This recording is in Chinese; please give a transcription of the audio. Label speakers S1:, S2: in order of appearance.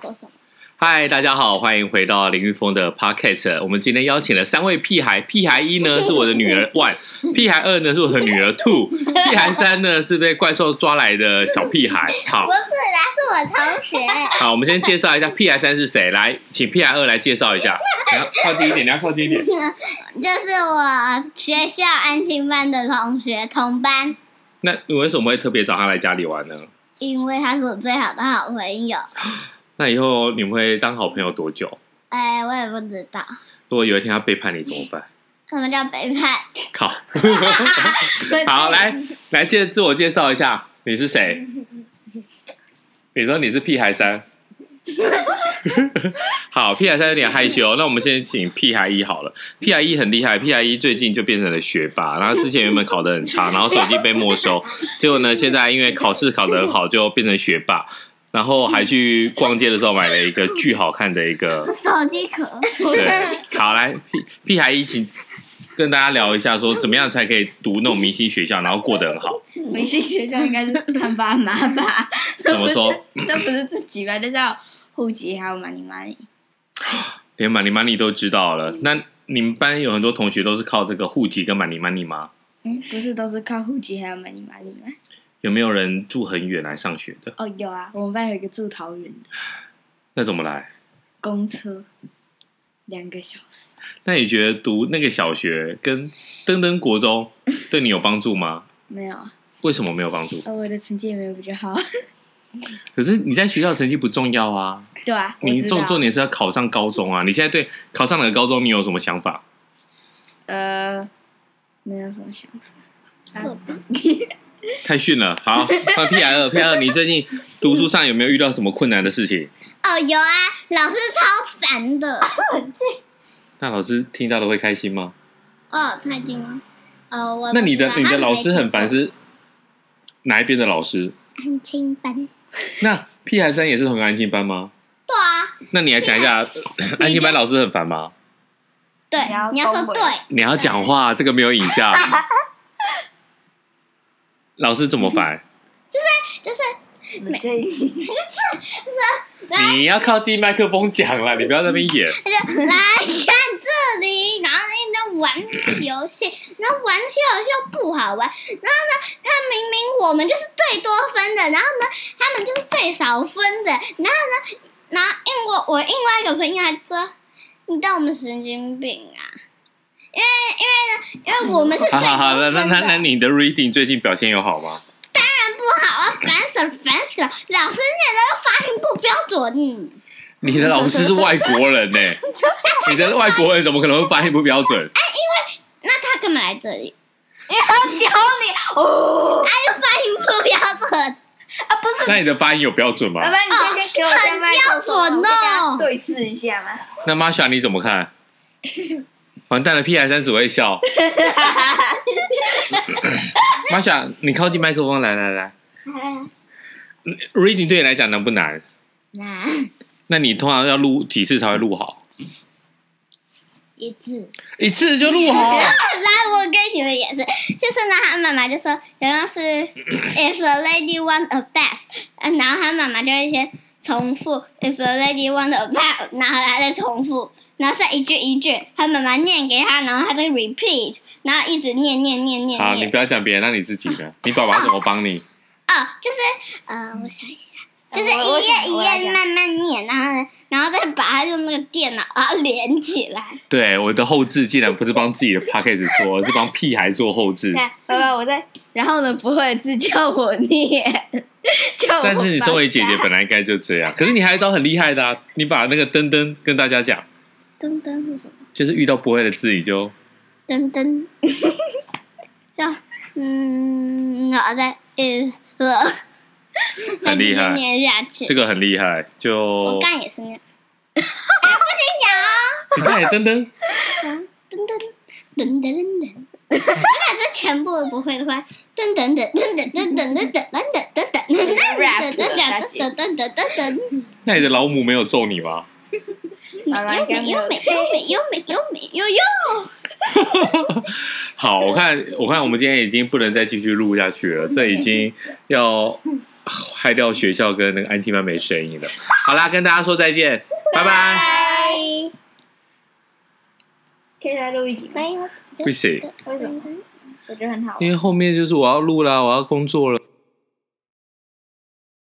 S1: 说什么？
S2: 嗨，大家好，欢迎回到林玉峰的 Podcast。我们今天邀请了三位屁孩，屁孩一呢是我的女儿 One，屁孩二呢是我的女儿 Two，屁孩三呢是被怪兽抓来的小屁孩。好
S1: 不，是啦，是我同学。
S2: 好，我们先介绍一下屁孩三是谁，来，请屁孩二来介绍一下。你要靠近一点，你要靠近一点。
S1: 就是我学校安亲班的同学，同班，
S2: 那你为什么会特别找他来家里玩呢？
S1: 因为他是我最好的好朋友。
S2: 那以后你们会当好朋友多久？
S1: 哎，我也不知道
S2: 如果有一天他背叛你怎么办？
S1: 什么叫背叛。
S2: 靠！好，来来介自我介绍一下，你是谁？你说你是屁孩三。好，屁孩三有点害羞，那我们先请屁孩一好了。屁孩一很厉害，屁孩一最近就变成了学霸，然后之前原本考得很差，然后手机被没收，结果呢，现在因为考试考得很好，就变成学霸，然后还去逛街的时候买了一个巨好看的一个
S1: 手机壳，
S2: 对，好来，屁屁孩一起跟大家聊一下，说怎么样才可以读那种明星学校，然后过得很好。
S3: 明星学校应该是看爸妈吧？
S2: 怎么说
S3: 那不是？那不是自己吧？就叫户籍还有 money money。
S2: 连满尼曼尼都知道了，
S3: 嗯
S2: 那你们班有很多同学都是靠这个户籍跟满尼曼尼吗？
S3: 嗯，不是都是靠户籍还有 money money 吗？
S2: 有没有人住很远来上学的？
S3: 哦，有啊，我们班有一个住桃园的，
S2: 那怎么来？
S3: 公车两个小时，
S2: 那你觉得读那个小学跟登登国中对你有帮助吗？
S3: 没有啊，
S2: 为什么没有帮助？
S3: 呃，我的成绩也没有比较好。
S2: 可是你在学校成绩不重要啊，
S3: 对啊，我
S2: 你
S3: 知道
S2: 重重点是要考上高中啊。你现在对考上哪个高中你有什么想法？
S3: 呃，没有什么想法。
S1: 作
S3: 啊、
S2: 嗯太逊了。好，那 P R 二 P R 二，你最近读书上有没有遇到什么困难的事情？
S1: 哦，有啊，老师超烦的。
S2: 那老师听到了会开心吗？
S1: 哦，他已经，呃，我
S2: 那你的
S1: 不知
S2: 你
S1: 道
S2: 的老师很烦，是哪一边的老师？
S1: 他没听过安亲班。
S2: 那 P R 三也是同一个安静班吗？
S1: 对啊，
S2: 那你来讲一下，安静班老师很烦吗？
S1: 对
S3: 你要，
S1: 你要说
S3: 恭维
S1: 对，
S2: 你要讲话，这个没有影像。老师怎么烦？
S1: 就是
S3: 我这
S2: 你要靠近麦克风讲啦，你不要在那边演。
S1: 他就来看这里，然后那边玩游戏，然后玩那些游戏又不好玩，然后呢，他明明我们就是最多分的，然后呢，他们就是最少分的，然后呢，然后另外我另外一个朋友还说，你当我们神经病啊，因为因为呢，因为我们是最
S2: 好
S1: 多
S2: 好好，那
S1: 分的，
S2: 那那那你的 reading 最近表现有好吗？
S1: 不好啊，烦死了，烦死了，老师那个发音不标准，
S2: 你的老师是外国人呢、你的外国人怎么可能会发音不标准？
S1: 那他干嘛来这里？
S3: 教你哦，
S1: 他又发音不标准。
S2: 那你的发音有标准 吗
S3: 爸？爸，你今天给我一下麦克风，
S1: 很标准哦
S3: 我再跟他对峙一下嘛。
S2: 那 Masha 你怎么看？完蛋了，P 海三只会笑。Masha，你靠近麦克风来来来，reading 对你来讲难不难？
S1: 那
S2: 那你通常要录几次才会录好？
S1: 一次。
S2: 一次就录好。
S1: 来，我跟你们也是，就是呢，他妈妈就说，然后 是 if a lady want a bath，呃然后他妈妈就会先重复 if a lady want a bath，然后他再重复，然后再一句一句，他妈妈念给他，然后他再 repeat，然后一直念念念念
S2: 好，你
S1: 念。
S2: 不要讲别人，那你自己呢？你爸爸怎么帮你？
S1: 哦，就是呃，我想一下。就是一
S3: 我我想
S1: 页一
S3: 我来
S1: 页
S3: 讲
S1: 慢慢念，然后呢，然后再把它用那个电脑把它连起来。
S2: 对，我的后置竟然不是帮自己的 p a c k a g e 做，而是帮屁孩做后置。
S3: 那爸爸，我在，然后呢，不会的字叫我念， 叫我。
S2: 但是你身为姐姐，，本来应该就这样。可是你还有一招很厉害的、啊，你把那个噔噔跟大家讲，
S1: 噔噔是什么？
S2: 就是遇到不会的字你就
S1: 噔噔，就嗯，然后再嗯，呃，那
S2: 很厉害
S1: 就念下去。
S2: 这个很厉害。
S1: 我
S2: 就
S1: 刚也是那样。
S2: 你看噔噔，
S1: 噔噔噔噔噔噔，那这全部不会的话，噔噔噔噔噔噔噔噔噔噔噔噔噔噔噔噔噔噔噔噔噔，
S2: 那你的老母没有揍你吗？
S1: 优美优美优美优美优美优优，
S2: 好，我看，我看，我们今天已经不能再继续录下去了，这已经要害掉学校跟那个安亲班没声音了。好啦，跟大家说再见，拜拜。
S1: 拜。
S3: 可以再录一集，
S1: 没有，
S2: 不行，
S1: 为什么？
S3: 我觉得很好玩。
S2: 因为后面就是我要录啦，我要工作